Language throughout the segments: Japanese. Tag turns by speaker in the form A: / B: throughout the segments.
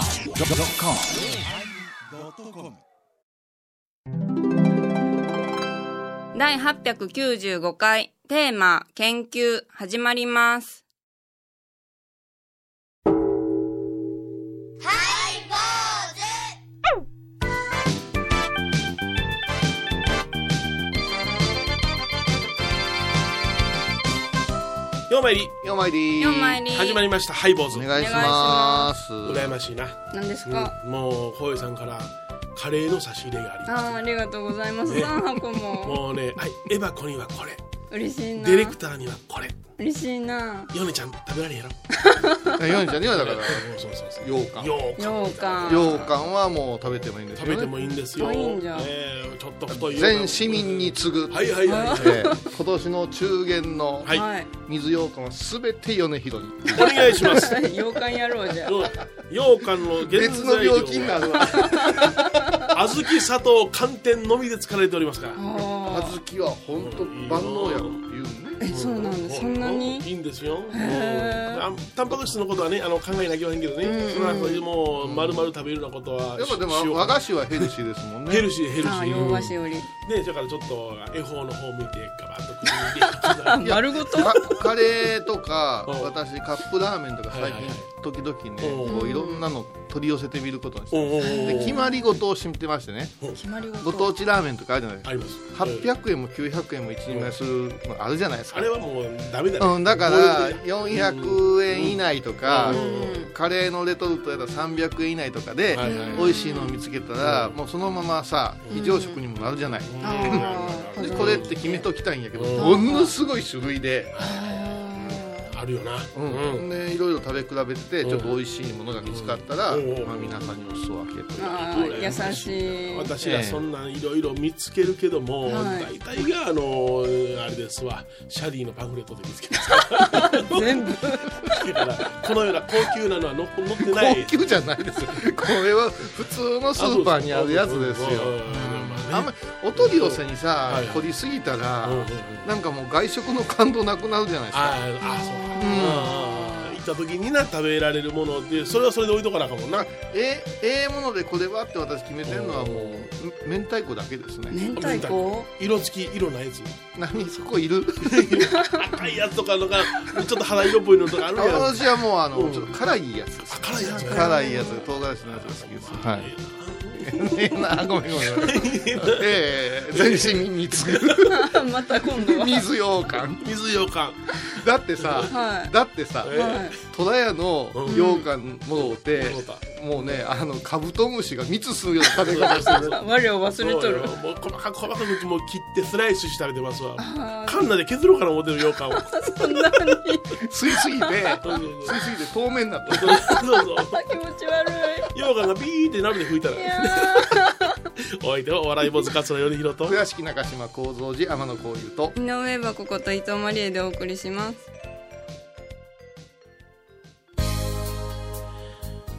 A: yosmir
B: 第895回テーマ研究始まります。
C: ようまいり
D: よまいり
B: 4枚に
C: 始まりましたハイボーズ
D: お願いします
C: 羨ましいな、
B: 何です
C: うん
B: か、
C: もうほえさんからカレーの差し入れがありま
B: あーありがとうございます。
C: ね
B: 3箱
C: す
B: も。
C: もうねはいエバコにはこれ
B: 嬉しいな。
C: ディレクターにはこれ
B: 嬉しいな。
C: ヨネちゃん食べられへんやろ
D: えヨネちゃんにはだから
C: そうそうそう
D: 羊羹
C: よう
B: ようかん。
D: 羊羹はもう食べてもいいんです
C: 食
D: よね
C: べてもいいんですよ
B: あいいんじゃん
C: ねえちょっと太いようかん
D: 全市民に次ぐ、
C: はいはいはいはい
D: えー今年の中元の
C: はい、
B: はい。
D: 水羊羹は全て米広に
C: お願い します
B: 洋館やろうじゃ。
C: ようかんの原
D: 別の
C: 材料
D: 病気にな
C: は
D: るわ
C: 小豆砂糖寒天のみで使われておりますから
B: あー
D: 小豆は本当万能やろって言うね
B: え、そうなんだ。そんなに
C: いいんですよ、うん
B: へー
C: あタンパク質のことはねあの考えなきゃいけないけどね、それはそういうもう丸々食べるようなことは
D: やっぱで
C: し
D: も
C: よう
D: 和菓子はヘルシーですもんね
C: ヘルシーヘルシ
B: あー
C: ー
B: 洋菓子より。
C: ねだからちょっと恵方の方向いてガバッと口に入れて
B: 丸ごと
D: かカレーとか
C: うん
D: 私カップラーメンとか最
C: はいはい
D: 近
C: はい
D: 時々ね
C: うん
D: こういろんなの取り寄せてみることにして
C: おうおうおう
D: で決まりごとを知ってましてね
B: 決まりご
D: ご当
B: と。
D: 地ラーメンとかあるじゃないです
C: あ
D: か
C: ります
D: 800円も900円も1人前するのあるじゃないです
C: あ
D: か
C: れはもうダメだね、
D: うん、だか
C: こ
D: ら
C: ういうね
D: 400円以内とか、
B: うん
D: カレーのレトルトやったら300円以内とかで、
C: はいはい
D: 美味しいのを見つけたら、もうそのままさ非常食にもなるじゃない、
B: あー
D: でこれって決めときたいんやけど、
C: うん
D: ものすごい種類で,、
C: あるよな
D: う
C: うん
D: んでいろいろ食べ比べててちょっと美味しいものが見つかったら、
C: うん
D: まあ、皆さんにお裾分けという
B: ああ、優しい。
C: 私らそんなんいろいろ見つけるけども、
B: はい
C: 大体があのあれですわシャリーのパンフレットで見つけます
B: 全部。
C: だからこのような高級なのはの乗ってない
D: 高級じゃないですよこれは普通のスーパーにあるやつですよあんまりお取り寄せにさ、
C: はいはい
D: 凝りすぎたら、
C: うんうんうん
D: なんかもう外食の感動なくなるじゃないですか
C: あーあーそうかうん行った時にな食べられるものでそれはそれで置いとかなあかんもんな
D: えええものでこれはって私決めてるのはもうめ明太子だけですね
B: 明太子
C: 色付き色ないやつ
D: 何そこいる
C: 赤いやつとかのがちょっと肌色っぽいのとかあるやん
D: 私はもうあの、
C: うん
D: ちょっと辛いやつです
C: 辛いやつが
D: 辛いやつ唐辛子のやつが好きですは
C: え
D: い
C: えな
D: ええなごめんごめんご めんええ全身につく
B: また今度は。
D: 水羊羹
C: 水ようかん
D: だってさ、
B: はい
D: だってさ、
B: はい。
D: 虎屋の羊羹もろて、もうねあのカブトムシが蜜吸うような食べ方してる
B: 我を忘れと
C: そう
B: る
C: よ。もう細かく細かくもう切ってスライスして食べてますわ
B: あ
C: カンナで削ろうかな思ってるようかんを
B: ーそんなに
D: 吸いすぎて
C: そうそう
D: 吸
C: そう
D: いすぎて透明になった
C: そうそう
B: 気持ち悪い。
C: ようかんがビーって鍋で拭いたら
B: いや
C: お相手はお笑い坊主勝野頼弘と
D: 倉敷中島幸三寺天野幸雄と
B: ー井上はここと伊藤マリエでお送りします。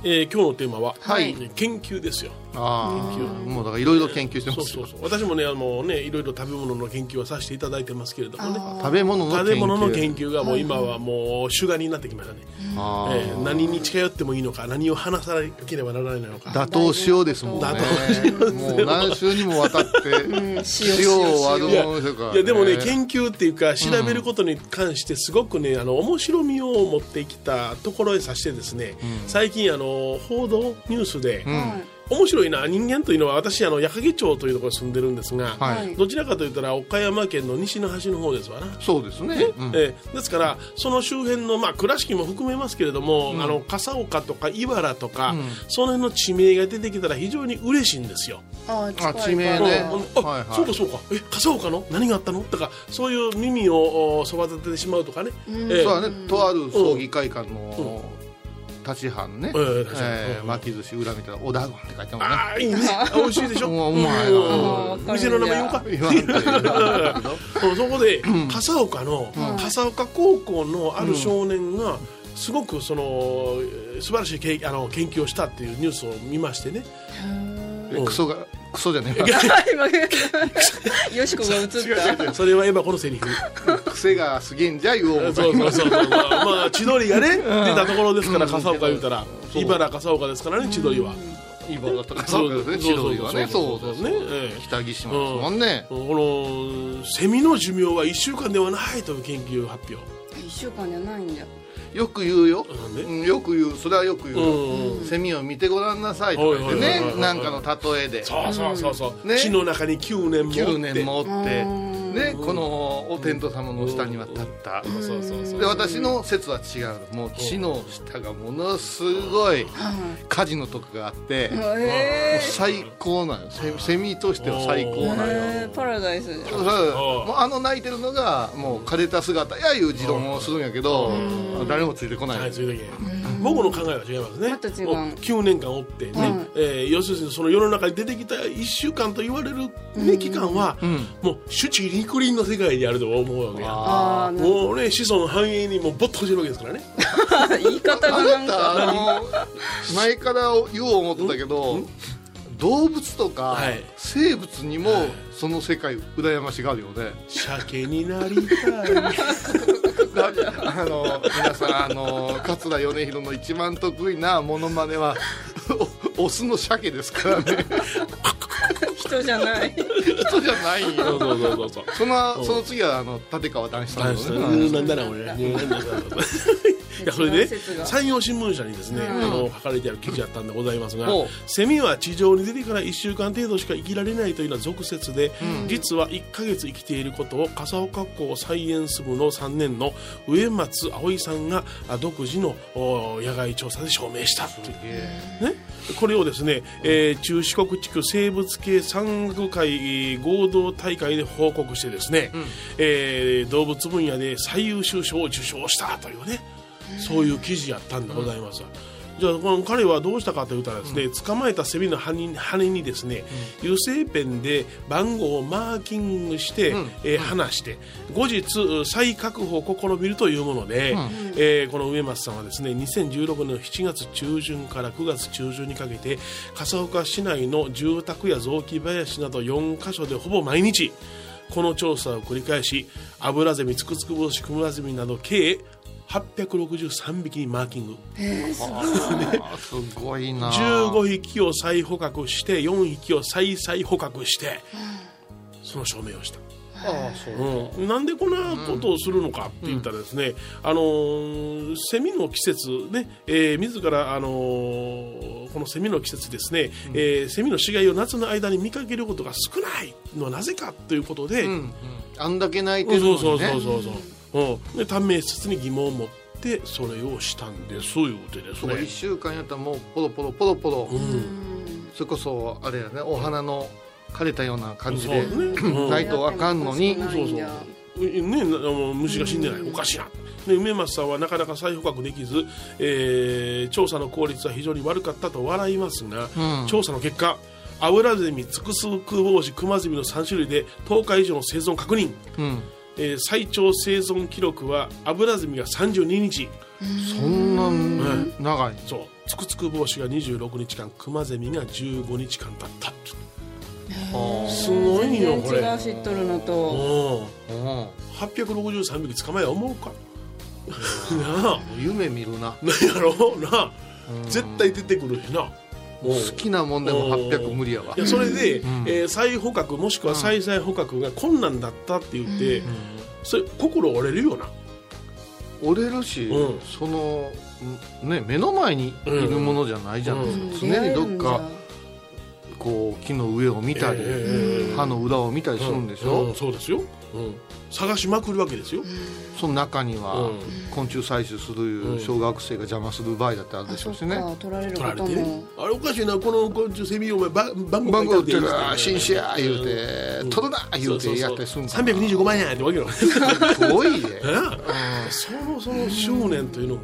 C: えー今日のテーマは、
D: はい
C: 研究ですよ
D: ああもうだからいろいろ研究してま
C: そう
D: す
C: そ
D: よ
C: うそう私もねあのねいろいろ食べ物の研究はさせていただいてますけれどもね
D: 食べ物の研究
C: 食べ物の研究がもう今はもう主眼になってきましたね、
D: ああ
C: えー何に近寄ってもいいのか何を話さなければならないのか
D: 打倒しようですもんね
C: 打倒
D: もう何週にもわたって塩をあの
C: いや
D: 人から
C: いやでもね研究っていうか調べることに関してすごくね、あの面白みを持ってきたところへさしてですね、最近あの報道ニュースで、
B: はい。
C: 面白いな人間というのは私あの矢掛町というところに住んでるんですが、
D: はい
C: どちらかといったら岡山県の西の端の方ですわな、
D: そうですねうん
C: えーですからその周辺の、まあ、倉敷も含めますけれども、あの笠岡とか井原とか、その辺の地名が出てきたら非常に嬉しいんですよ、
B: あ
D: あ地名
C: うん
D: ね
C: あ
D: はいはい
C: そうかそうかえ笠岡の何があったのとかそういう耳をお育ててしまうとかね、えー
D: そうだねとある葬儀会館の立ち藩ね
C: うんうん立ち藩
D: えー
C: うん
D: 巻き寿司裏見たら「おだごん」って書いてもね
C: ああ いいねあ 美味しいでしょ
D: もううまいな
B: あーわかる
C: 店の名前言おうか
D: 言わんという
C: そうそこで笠岡の、笠岡高校のある少年が、すごくそのえー素晴らしいけいあの研究をしたっていうニュースを見ましてね、
D: えクソがクソじゃねえ
B: 今、よしこが映っ
C: 違う
B: た。
C: 違う違うそれはエヴァこのセリフ
D: か癖がすげえんじゃ言おう思った
C: そうそうそうそうまあ、まあ、千鳥がね出たところですから笠岡言うたら
D: そう
C: 茨笠岡ですからね千鳥は
D: 今だったかそうですね千鳥はねそうそうそう
C: ねええ
D: 北木島ですもんね
C: このセミの寿命は1週間ではないという研究発表
B: 一週間じゃないんだよ。
D: よく言うよ
C: なんで
D: うんよく言うそれはよく言うよ
C: うん
D: セミを見てごらんなさいとか言って
C: はいはいはい
D: ね
C: はい
D: なんかの例えで
C: そうそうそうそう、
D: ね
C: 地の中に9年も
D: 9年もおって
B: うん
D: ねこのお天道様の下には立った
C: そうそうそう
D: で私の説は違うもう地の下がものすごいカジノとかがあって
B: え
D: 最高なのよセセミとしては最高なのよ
B: えー、パラダイスじゃん。
D: そうもうあの泣いてるのがもう枯れた姿やいう持論をするんやけど誰もついてこない、
C: はい、そういうだけ僕の考えは違いますね、
B: また違う
C: も9年間おってね、えー要するにその世の中に出てきた1週間と言われる、ね、期間は、もう主治陸林の世界であると思うわけや
B: ああ、なんか
C: もうね子孫繁栄にもうぼっとしてるわけですからね
B: 言い方が
D: あ
B: なん
D: な
B: か。
D: たあの前から言おう思ってたけど動物とか
C: はい
D: 生物にもその世界羨ましがあるよね
C: 鮭になりたい
D: あの皆さんあの桂米広の一番得意なモノマネは おオスの鮭ですからね
B: 人じゃない。
D: 人じゃない
C: そう
D: よ
C: そうそうそうそう
D: そのその次はあの立川談志さんのね
C: うんなんだな俺うんなんだないやそれで、ね
B: 別の説、が
C: 山陽新聞社にですね、あの書かれてある記事だったんでございますが
D: ほう
C: セミは地上に出てから1週間程度しか生きられないというのは俗説で、実は1ヶ月生きていることを笠岡校サイエンス部の3年の植松葵さんがあ独自のお野外調査で証明したというね、これをですね、えー中四国地区生物系山岳会合同大会で報告してですね、えー動物分野で最優秀賞を受賞したというねそういう記事やったんでございます。じゃあこの彼はどうしたかというとですね、捕まえたセミの羽に羽にですね、油性ペンで番号をマーキングして、えー離して後日再確保を試みるというもので、えーこの上松さんはですね2016年の7月中旬から9月中旬にかけて笠岡市内の住宅や雑木林など4カ所でほぼ毎日この調査を繰り返しアブラゼミツクツクボウシクムラゼミなど計863匹にマーキング
D: あすごいな
C: 15匹を再捕獲して4匹を再再捕獲してその証明をした、
D: あそう
C: うん、なんでこんなことをするのかって言ったらですね、あのーセミの季節ね、えー自ら、あのーこのセミの季節ですね、えーセミの死骸を夏の間に見かけることが少ないのはなぜかということで、
D: あんだけ泣いて
C: そう
D: るのに、
C: そ
D: ね、
C: うそうそうそうそう、うん、で短命説に疑問を持ってそれをしたんですいうてですね
D: 1週間やったらもうポロポロポロポロ、それこそあれやねお花の枯れたような感じで、
C: そうねうん
D: ないとわかんのに
B: そう
C: そうそうね、なあの虫が死んでない、おかしいな、で梅松さんはなかなか再捕獲できず、えー調査の効率は非常に悪かったと笑いますが、調査の結果、アブラゼミ、ツクスクボウシ、クマゼミの3種類で10日以上の生存確認、
D: うん
C: えー最長生存記録はアブラゼミが32日、
D: そんな長い、
C: そうツクツクボウシが26日間、クマゼミが15日間だったってすごいよ、
B: 全
C: こ
B: 然違
C: れ
B: う。知っとるのと。
C: うん
D: うん
C: 863匹捕まえよ思うか なあ
D: 夢見るな
C: なんやろうな絶対出てくるしなもう
D: 好きなもんでも800無理やわ
C: いやそれで、えー再捕獲もしくは再々捕獲が困難だったって言って、それ心折れるよな
D: 折れるし、
C: うん
D: そのんね目の前にいるものじゃないじゃないですか、常にどっかこう木の上を見たり、
C: え
D: 歯の裏を見たりするんでしょ、
C: うんそうですよ、うん探しまくるわけですよ、
D: その中には、
C: うん
D: 昆虫採取する小学生が邪魔する場合だってあるでしょうしね、
B: あ取られる
C: 取
B: こ
C: られ
B: と
C: て
B: も
C: ねあれおかしいなこのこのセミお前ば番号
D: 番号売
C: 書
D: っ
C: いあ
D: てる
C: るやつ
D: わ紳士や言うて、取るな言うてやったりするんかな
C: 325万円やって わけよ
D: すごい ね
C: なそのその執念というのが、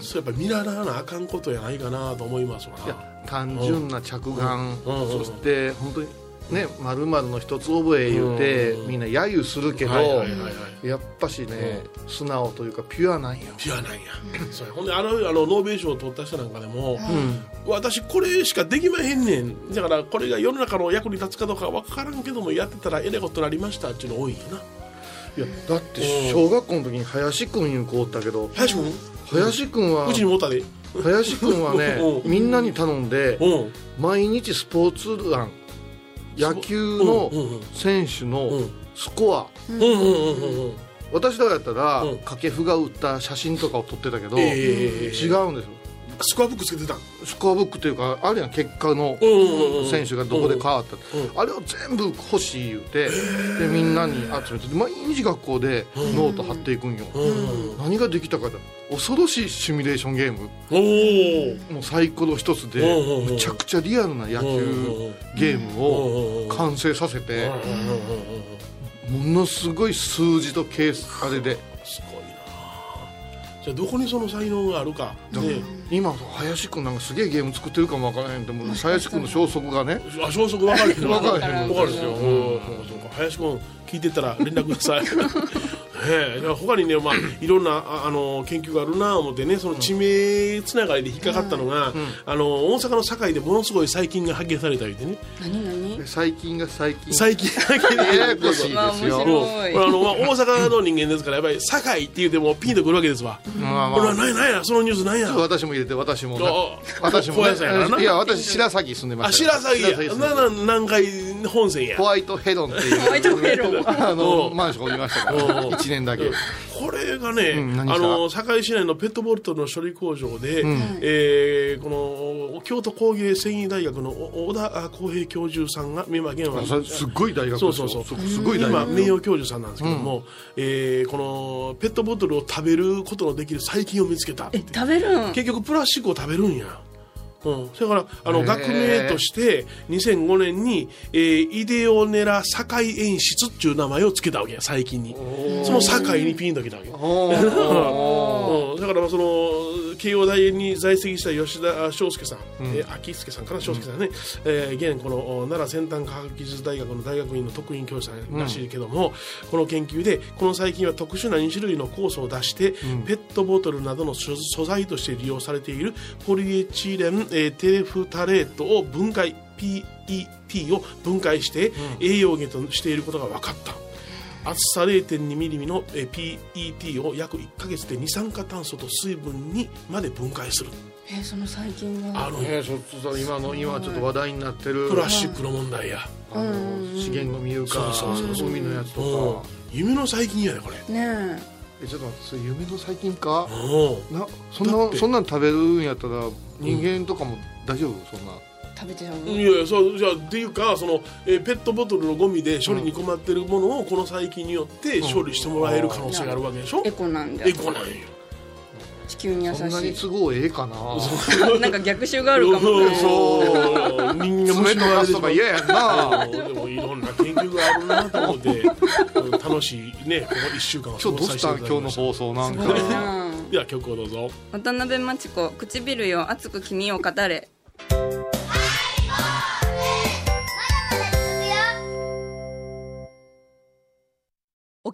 C: そうやっぱ見習わなあかんことやないかなと思いますわな。
D: 単純な着眼、
C: うんうんうん
D: そして本当にねまるの一つ覚え言うて
C: うん
D: みんな揶揄するけど、
C: はいはいはいはい
D: やっぱしね、素直というかピュアなんや
C: ピュアなんやそれほんであのあのノーベル賞を取った人なんかでも、私これしかできまへんねんだからこれが世の中の役に立つかどうか分からんけどもやってたらえらいことになりましたっていうの多いよない
D: やだって小学校の時に林くんいう子おったけど
C: 林くん
D: 林くんは
C: うちにもおったで
D: 林くんはね
C: うん
D: みんなに頼んで
C: うん
D: 毎日スポーツ欄野球の
C: うんうん
D: 選手
C: う
D: の
C: ん
D: スコア
C: うんうんうんうんうん
D: 私とかやったら
C: うん
D: 掛布が打った写真とかを撮ってたけど、
C: ええ
D: 違うんですよ
C: スコアブックつけてたん
D: スコアブックというかあるやん結果の
C: うんうんうん
D: 選手がどこで変わったって、
C: う
D: あれを全部欲しい言うて、でみんなに集めて毎日学校でノート貼っていくんよ、
C: うん
D: 何ができたかだ恐ろしいシミュレーションゲーム
C: おー
D: もうサイコロ一つで
C: うんうんうん
D: むちゃくちゃリアルな野球ゲームを
C: うんうんうん
D: 完成させて
C: うんうんうんうん
D: ものすごい数字とケースあれです
C: ごいなじゃあどこにその才能があるか
D: だ
C: で
D: 今林くんなんかすげえゲーム作ってるかもわからへんでも林くんの消息がね
C: あ消息分かるけど
D: 分
C: 分
D: かる
C: かるですようんそうそう林君聞いてたら連絡くだ さいええ、だから他にね、まあ、いろんなああの研究があるなと思ってねその地名つながりで引っかかったのが、あの大阪の堺でものすごい細菌が発見されたりでね
B: 何何
D: 最近が最近
C: 細菌発見
D: ややこしい
B: まあ
D: で
B: 面
D: すよ
B: 白
C: もうこれあの、まあ、大阪の人間ですからやっぱり堺って言うてもピンとくるわけですわ、
D: まあま
C: これは
D: あ
C: 何や何やそのニュース何や
D: 私も入れて私も
C: あ
D: 私も
C: 高
D: ね
C: 野山やからない
D: や私白崎住んでま
C: あ
D: した
C: 白
D: よ
C: 鷺や
D: 白住んで
C: な
D: まし
C: な
D: た
C: 南海本線や
D: ホワイトヘロンっていう
B: ホワイトヘロン
D: あの
C: うん
D: マンションおりましたか
C: う
D: ら
C: ん
D: 1年だけ
C: これがね、
D: うん何し
C: あ
D: た
C: の堺市内のペットボトルの処理工場で、えーこの京都工芸繊維大学のお小田浩平教授さんが今現は
D: あそれすっごい大学です
C: そ
D: よ
C: うそうそう
D: すすごい大
C: 今
D: 学
C: 名誉教授さんなんですけども、えーこのペットボトルを食べることのできる細菌を見つけたって
B: え食べるん
C: 結局プラスチックを食べるんや。うん、それからあ
D: へ
C: の
D: ー
C: 学名として2005年に、えーイデオネラ堺演出っていう名前を付けたわけや最近にその堺にピンときたわけ
D: おー
C: うん、だからその慶応大に在籍した吉田翔介さん、えー秋介さんかな翔介さんね、えー現このお奈良先端科学技術大学の大学院の特任教授さんらしいけども、この研究でこの細菌は特殊な2種類の酵素を出して、ペットボトルなどの素素材として利用されているポリエチレン、えーテレフタレートを分解 PET を分解して栄養源としていることが分かった。厚さ0 2ミリのえー PET を約1か月で二酸化炭素と水分にまで分解する
B: えその細菌が
C: あの
D: ねそそそ今の今ちょっと話題になってる
C: プラスチックの問題や、
D: あの資源ゴミいうか
C: そうそうそうそう
D: 海のやつ
C: うん
D: とか、
C: 夢の細菌やねこれ
B: ね
D: えちょっと待ってそれ夢の細菌か
C: うん
D: なそ
C: だっ
D: ん
C: て
D: なそんなん食べるんやったら人間とかも大丈夫そんな
B: え食べてゃう
C: いやいやそうじゃあっていうかその、えーペットボトルのゴミで処理に困ってるものをこの細菌によって処理してもらえる可能性があるわけでしょ、
B: エコなんだ
C: エ コなんよ
B: 地球に優し
D: そんなに
B: い
D: 都合ええかな
B: なんか逆襲があるかもね
C: そう人間も
D: 爪とかとか嫌やん な
C: でもいろんな研究があるなと思って、うん楽しいねこの1週間を過
D: 今日
C: ご
D: どう
C: さ
D: し
C: せ
D: た
C: て
D: ん
C: いただきま
D: 今
C: し
D: 日の放送なん
B: すごい
D: か
B: な
C: では曲をどうぞ
B: 渡辺真知子唇よ熱く君を語れ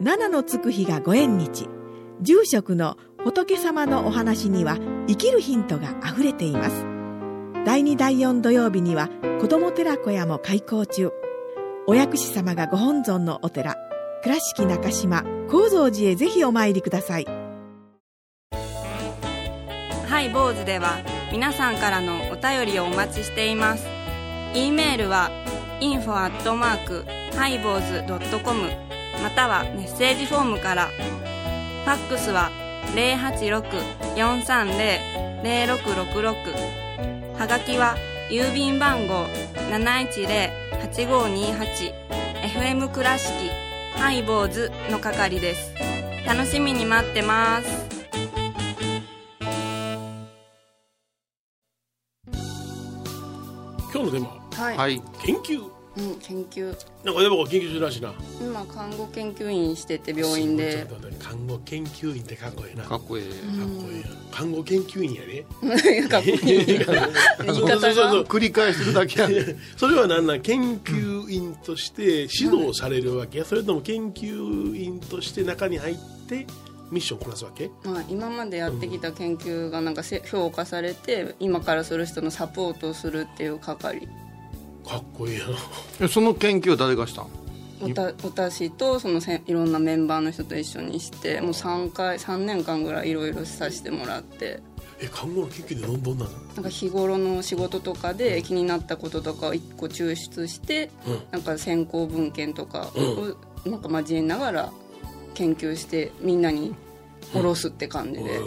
E: 七のつく日がご縁日住職の仏様のお話には生きるヒントがあふれています第2第4土曜日には子ども寺小屋も開校中お薬師様がご本尊のお寺倉敷中島・高蔵寺へぜひお参りください
B: ハイボーズでは皆さんからのお便りをお待ちしています。e メールは info アットマークハイボーズドットコムまたはメッセージフォームから。ファックスは086-430-0666はがきは郵便番号710-8528 FM 倉敷ハイボーズの係です楽しみに待ってます
C: 今日のテーマは
B: はい、
D: はい
C: 研究
B: うん、研究
C: なんかやっぱこう研究するらしいな
B: 今看護研究員してて病院
C: ちょ
B: で
C: っと待って看護研究員ってかっこいいな
D: か
C: かっ
D: っこいい
C: こいいな看護研究員やね
B: なんか言い方
C: そうそうそ
B: が
C: う
D: 繰り返してるだけやね
C: それは何なん研究員として指導されるわけや、それとも研究員として中に入ってミッションこなすわけ
B: まあ、今までやってきた研究がなんかせ評価されて今からする人のサポートをするっていう係
C: かっこいいやな
D: え その研究誰がしたん
B: おた私とそのせんいろんなメンバーの人と一緒にしてもう3回三年間ぐらいいろいろさせてもらって
C: え看護の研究でどんどんなの
B: なんか日頃の仕事とかで気になったこととかを1個抽出して、
C: うん
B: なんか選考文献とかをなんか交えながら研究してみんなに下ろすって感じで、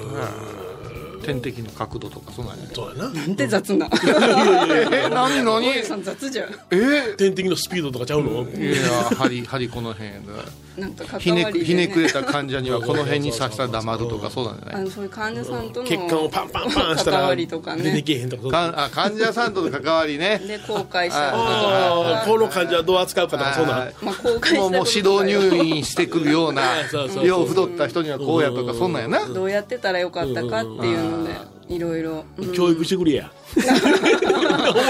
D: 点滴の角度とかそんなんやね
C: そうやな
B: なんて雑な
D: え何
B: お
D: 何
B: 姉 さん雑じゃん
D: え
C: 点滴のスピードとかちゃうの、
D: いや針針この辺やな
B: なんか
D: ひ
B: 関わ
D: ねく
B: り
D: ひ
B: で、ね、
D: ねくれた患者にはこの辺に刺したら黙るとかそうなんじゃ
B: あ
D: ない
B: のそういう患者さんとの
C: 血管をパンパンパンした
B: 関
C: ら
B: わ
C: 出
B: りとかね
C: てけえへんとかそう
D: かんあ患者さんとの関わりね
B: で後悔したことと
C: あー
B: か
C: この患者はどう扱うかとかそうなん
D: は
B: まあ、後悔
D: い
B: した
D: もう
B: こと
D: もう指導入院してくるような
C: そうそうそう
D: よう太った人にはこうやとかそんなんやな
B: どうやってたらよかったかっていうのでいろいろうん
C: 教育してくれやおも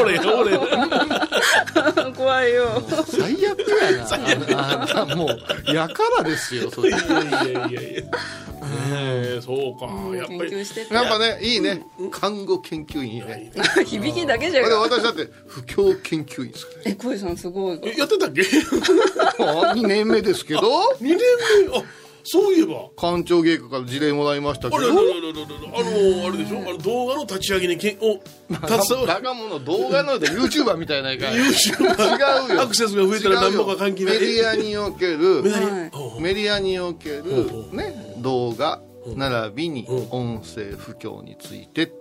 C: ろいおもろい
B: 怖いよ
D: 最悪やなああんたもうやからですよそれや
C: いやいやいやいやねえそうかやっぱ
B: 研
C: り
B: 究してて
D: っぱねいいね看護研究員いいね
B: 響きだけじ
D: あ
B: ゃ
D: でも
B: が
D: 私だって不況研究員ですか
B: え小井さんす ごい
C: えやってたっけ
D: ら2年目ですけ ど
C: 二年目あそういえば
D: 官庁芸課から事例もらいましたけ
C: あれあれあ
D: ど
C: れあれあのあれでしょあの動画の立ち上げにけんお携わ
D: バカ者動画ので YouTuber みたいなやから違
C: YouTuber
D: うよ
C: アクセスが増えたら何もか関係ない
D: 違うよメディアにおける
C: メダリ
B: はい
C: おう
D: メディアにおけ
C: う
D: る、ね、動画並びに音声不況について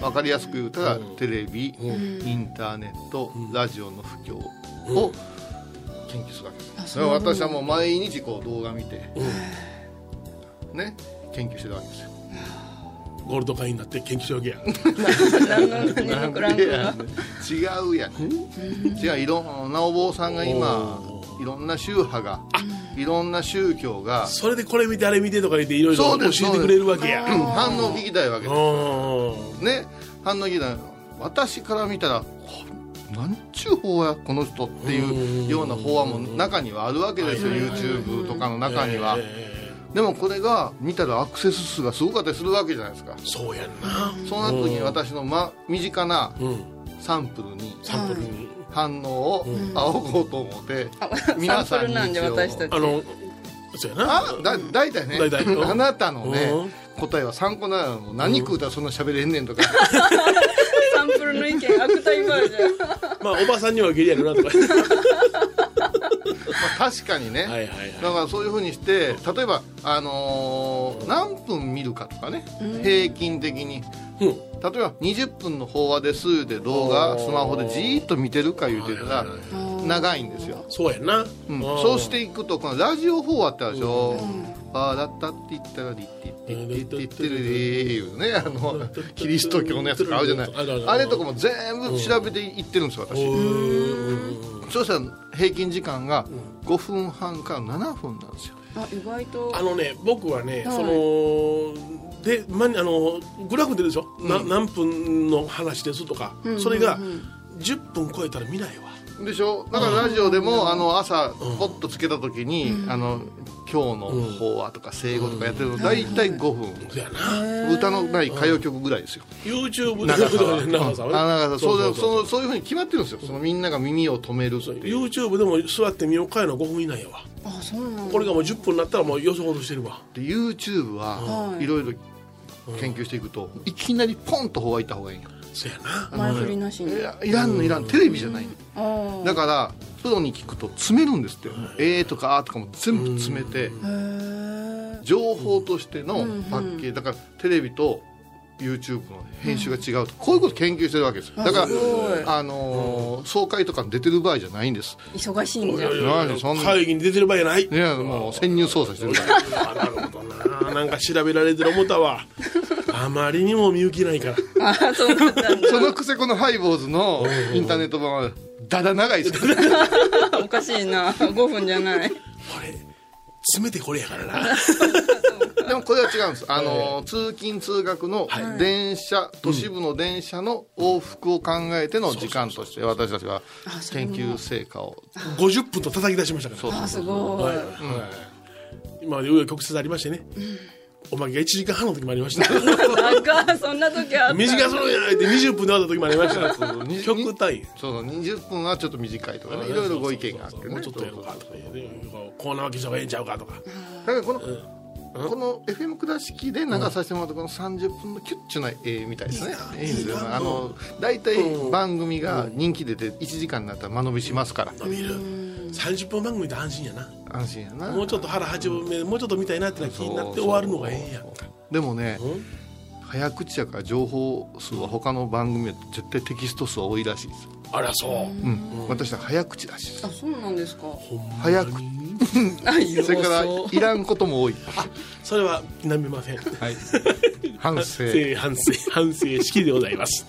D: 分かりやすく言うたらテレビインターネットラジオの不況を研究するわけですだから私はもう毎日こう動画見てね研究してるわけですよ
C: ゴールド会員になって研究しようけや
B: 何の何のクランクが
D: 違うやん違ういろんなお坊さんが今いろんな宗派がいろんな宗教が
C: それでこれ見てあれ見てとか言っていろいろ
D: そう
C: 教え
D: です
C: てくれるわけや
D: うん反応聞きたいわけ
C: う
D: で
C: ん
D: すね反応聞きたい私から見たらこなんちゅう法やこの人っていうような法案も中にはあるわけですよ YouTube とかの中には
C: え
D: でもこれが見たらアクセス数がすごかったりするわけじゃないですか
C: ーそうやんな
D: そうなった時に私の、ま、身近な
C: うん
D: サンプルに
C: サンプルに
D: 反応を仰ごうと思って、
B: サンプルなんで私たち
C: あのそうやな
D: あだ大体ね
C: 大体うん
D: あなたのね、
C: うん
D: 答えは参考にならんの何食うたらそんな喋れんねんとか、
B: サンプルの意見悪態バージョン
C: まあおばさんに はゲリやるなとか
D: まあ、確かにね、
C: はいはいはい
D: だからそういうふうにして例えば、あのー何分見るかとかね平均的に
C: うん
D: 例えば20分の法話ですで動画スマホでじーっと見てるか言うてたら長いんですよ、
C: そうやんな
D: う
C: あ
D: ん、
C: ー
D: そうしていくとこのラジオ法話ってあるでしょ、ああだったって言ったらりって言ってって言ってるでいうねあのキリスト教のやつとかあるじゃない
C: あるある
D: あれとかも全部調べていってるんですよ私そしたら平均時間が5分半から7分なんですよ
B: あ意外と
C: あのね僕はね、そので、ま、あのグラフ出るでしょ、な何分の話ですとか、それが10分超えたら見ないわ
D: でしょだからラジオでも、あの朝ポッとつけた時に、あの今日の法話とか生後とかやってるの大体5分、
C: そやな
D: 歌のない歌謡曲ぐらいですよ
C: YouTube
D: 長さ
C: で
D: は
C: 長さ
D: あ
C: はね
D: なんかそう
C: そうそうそう
D: そうそういうふうに決まってるんですよそのみんなが耳を止めるっていう
C: YouTube でも座って見ようかいの5分以内やわ
B: あそうなんだ
C: これがもう10分になったらもう予想ほどしてるわ
D: で YouTube は
B: はい
D: いろいろ研究していくと、いきなりポンと法話行った方がいいよ
C: そやな
B: 前振りなし
D: い
B: に
D: やいらんのいらんテレビじゃないの
B: あー
D: だからプロに聞くと詰めるんですって「えー」とか「あ」とかも全部詰めて
B: へー
D: 情報としてのパッケージだからテレビと YouTube の編集が違うとこういうこと研究してるわけですだか
B: すごい
D: ら、あのー総会とかに出てる場合じゃないんです
B: 忙しいん
C: い
B: じゃ
C: や
B: ん
C: いやいや
D: 何そんな
C: 会議に出てる場合やない
D: いやもう潜入捜査してる から
C: あなるほどななんか調べられてる思ったわあまりにも見受けないから
B: あーそうだったんだ
D: そのくせこのハイボーズのインターネット版はだだ長いですから
B: おかしいな5分じゃない
C: これ詰めてこれやからな
D: でもこれは違うんです、あのー通勤通学の電車、都市部の電車の往復を考えての時間として私たちは研究成果を
C: 50分と叩き出しましたから
B: あーすごい
C: はい今まで紆余曲折ありましてねおまけが1時間半の時もありました
B: 長いそんな時あった
C: 短そうやないって20分で終わった時もありました
D: に
C: 極端や
D: そうそう20分はちょっと短いとかねいろいろご意見があって
C: も
D: ね
C: うちょっとやろうかとかねこうなわけじゃええんちゃうかとか
D: だからこの、この FM 倉敷で流させてもらったこの30分のキュッチュな絵みたいですね、いいですよねあの大体番組が人気出て1時間になったら間延びしますから、
C: 伸びる30分番組で安心やな
D: 安心やな
C: もうちょっと腹八分目もうちょっと見たいなってな気になって終わるのがええやんか
D: でもね、
C: うん
D: 早口やから情報数は他の番組は絶対テキスト数は多いらしいです、
C: あらそう
D: うん私は早口らしいです
B: あそうなんですか
D: 早く
B: あいや
D: それから
B: そう
D: いらんことも多い、
C: それは否めません
D: はい、反省
C: 正反省反省式でございます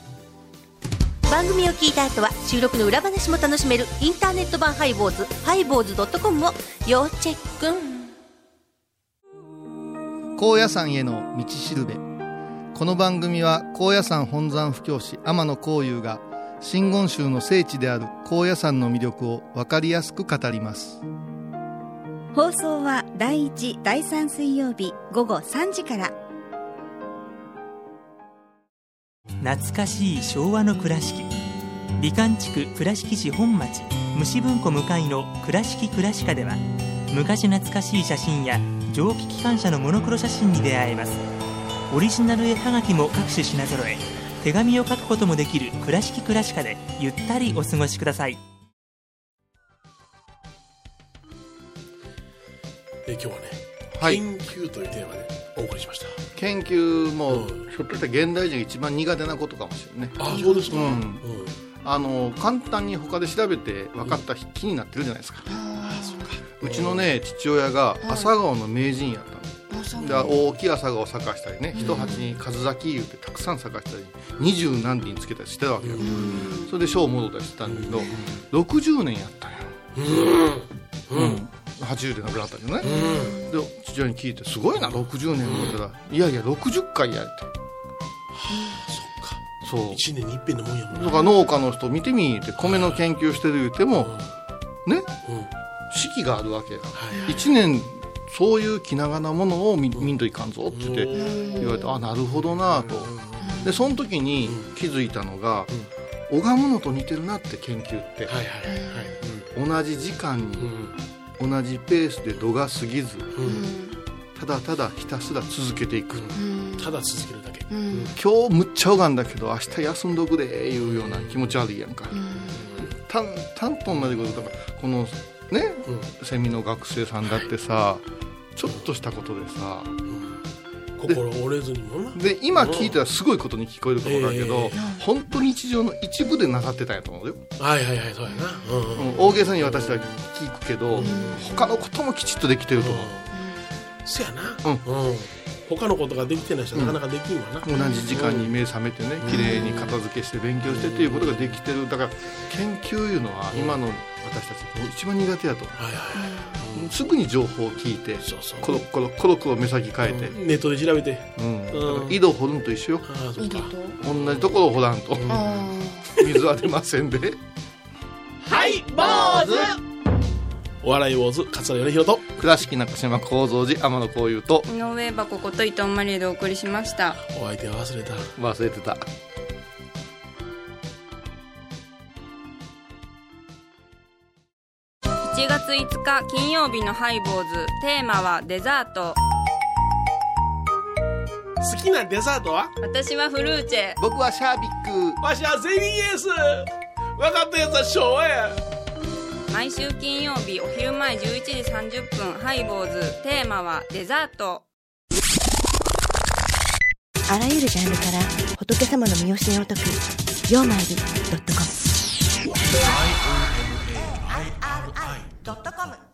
F: 番組を聞いた後は収録の裏話も楽しめるインターネット版ハイボーズハイボーズドットコムを要チェック
G: 高野山への道しるべこの番組は高野山本山布教師天野幸雄が真言宗の聖地である高野山の魅力を分かりやすく語ります
H: 放送は第1第3水曜日午後3時から
I: 懐かしい昭和の倉敷美観地区倉敷市本町虫文庫向かいの「倉敷倉歯科」では昔懐かしい写真や蒸気機関車のモノクロ写真に出会えますオリジナル絵はがきも各種品揃え手紙を書くこともできる「倉敷倉歯科」でゆったりお過ごしください
C: え今日はね
D: はい
C: 研究というテーマでお送りしました
D: 研究もひょっとしたら現代人が一番苦手なことかもしれないね
C: あそうですか
D: うん
C: うん
D: あの簡単に他で調べて分かった気になってるじゃないですか、うちのね父親が朝顔の名人やったの、
B: あそう
D: で大きい朝顔を咲かしたりね一鉢に数咲き言うてたくさん咲かしたり二十何輪つけたりしてたわけよそれで賞を戻ったりしてたんだけど60年やったんやうん80で亡くなったけどねで父親に聞いて「すごいな60年」って言ったら「いやいや60回や」ってそう
C: 一年に一遍のもんやもん
D: だから農家の人見てみーって米の研究してる言うてもね
C: うん
D: 四季があるわけや
C: はいはい
D: 1年そういう気長なものを見見んといかんぞって言って言われてあなるほどなとでその時に気づいたのが拝むのと似てるなって研究って
C: はいはいはい
D: 同じ時間
C: うんう
D: に
C: ん
D: 同じペースで度が過ぎず
C: うん
D: ただただひたすら続けていく
C: ただ続けるだけ
D: 今日むっちゃ拝んだけど明日休んどくでいうような気持ち悪いやんか淡々と同じことだからこのね
C: うん
D: セミの学生さんだってさちょっとしたことでさ
C: 心折れずにもな
D: で今聞いたらすごいことに聞こえると思うんだけ
C: え
D: ど、本当に日常の一部でなさってたんやと思うよ、
C: はいはいはいそうやなうんうん
D: うん大げさに私は聞くけど、他のこともきちっとできてると思
C: そやな
D: うん
C: うん他のことができてない人はなかなかできんわな
D: う、同じ時間に目覚めてね綺麗に片付けして勉強してっていうことができてるだから研究いうのは今の私たちもう一番苦手だと思
C: はいはいは
D: うすぐに情報を聞いて
C: いそうそう
D: コロコロコロコロ目先変えて、
C: ネットで調べて
D: う
C: う
D: ん
C: ん
D: だから井戸掘るんと一緒よ
C: ああそっか
D: 同じところを掘らんと、水は出ませんで
C: はい坊主お笑い坊主桂米宏と
D: 倉敷中島幸三寺天野幸雄と
B: 井上箱こと伊藤マリーでお送りしました
C: お相手は忘れた
D: 忘れてた
B: 1月5日金曜日のハイボーズテーマはデザート
C: 好きなデザートは
B: 私はフルーチェ
D: 僕はシャービック
C: わしはゼリーエース分かったやつは昭和や
B: 毎週金曜日お昼前11時30分ハイボーズテーマはデザート
A: あらゆるジャンルから仏様の身教えを解く「ようまいり .com」
J: ドットコム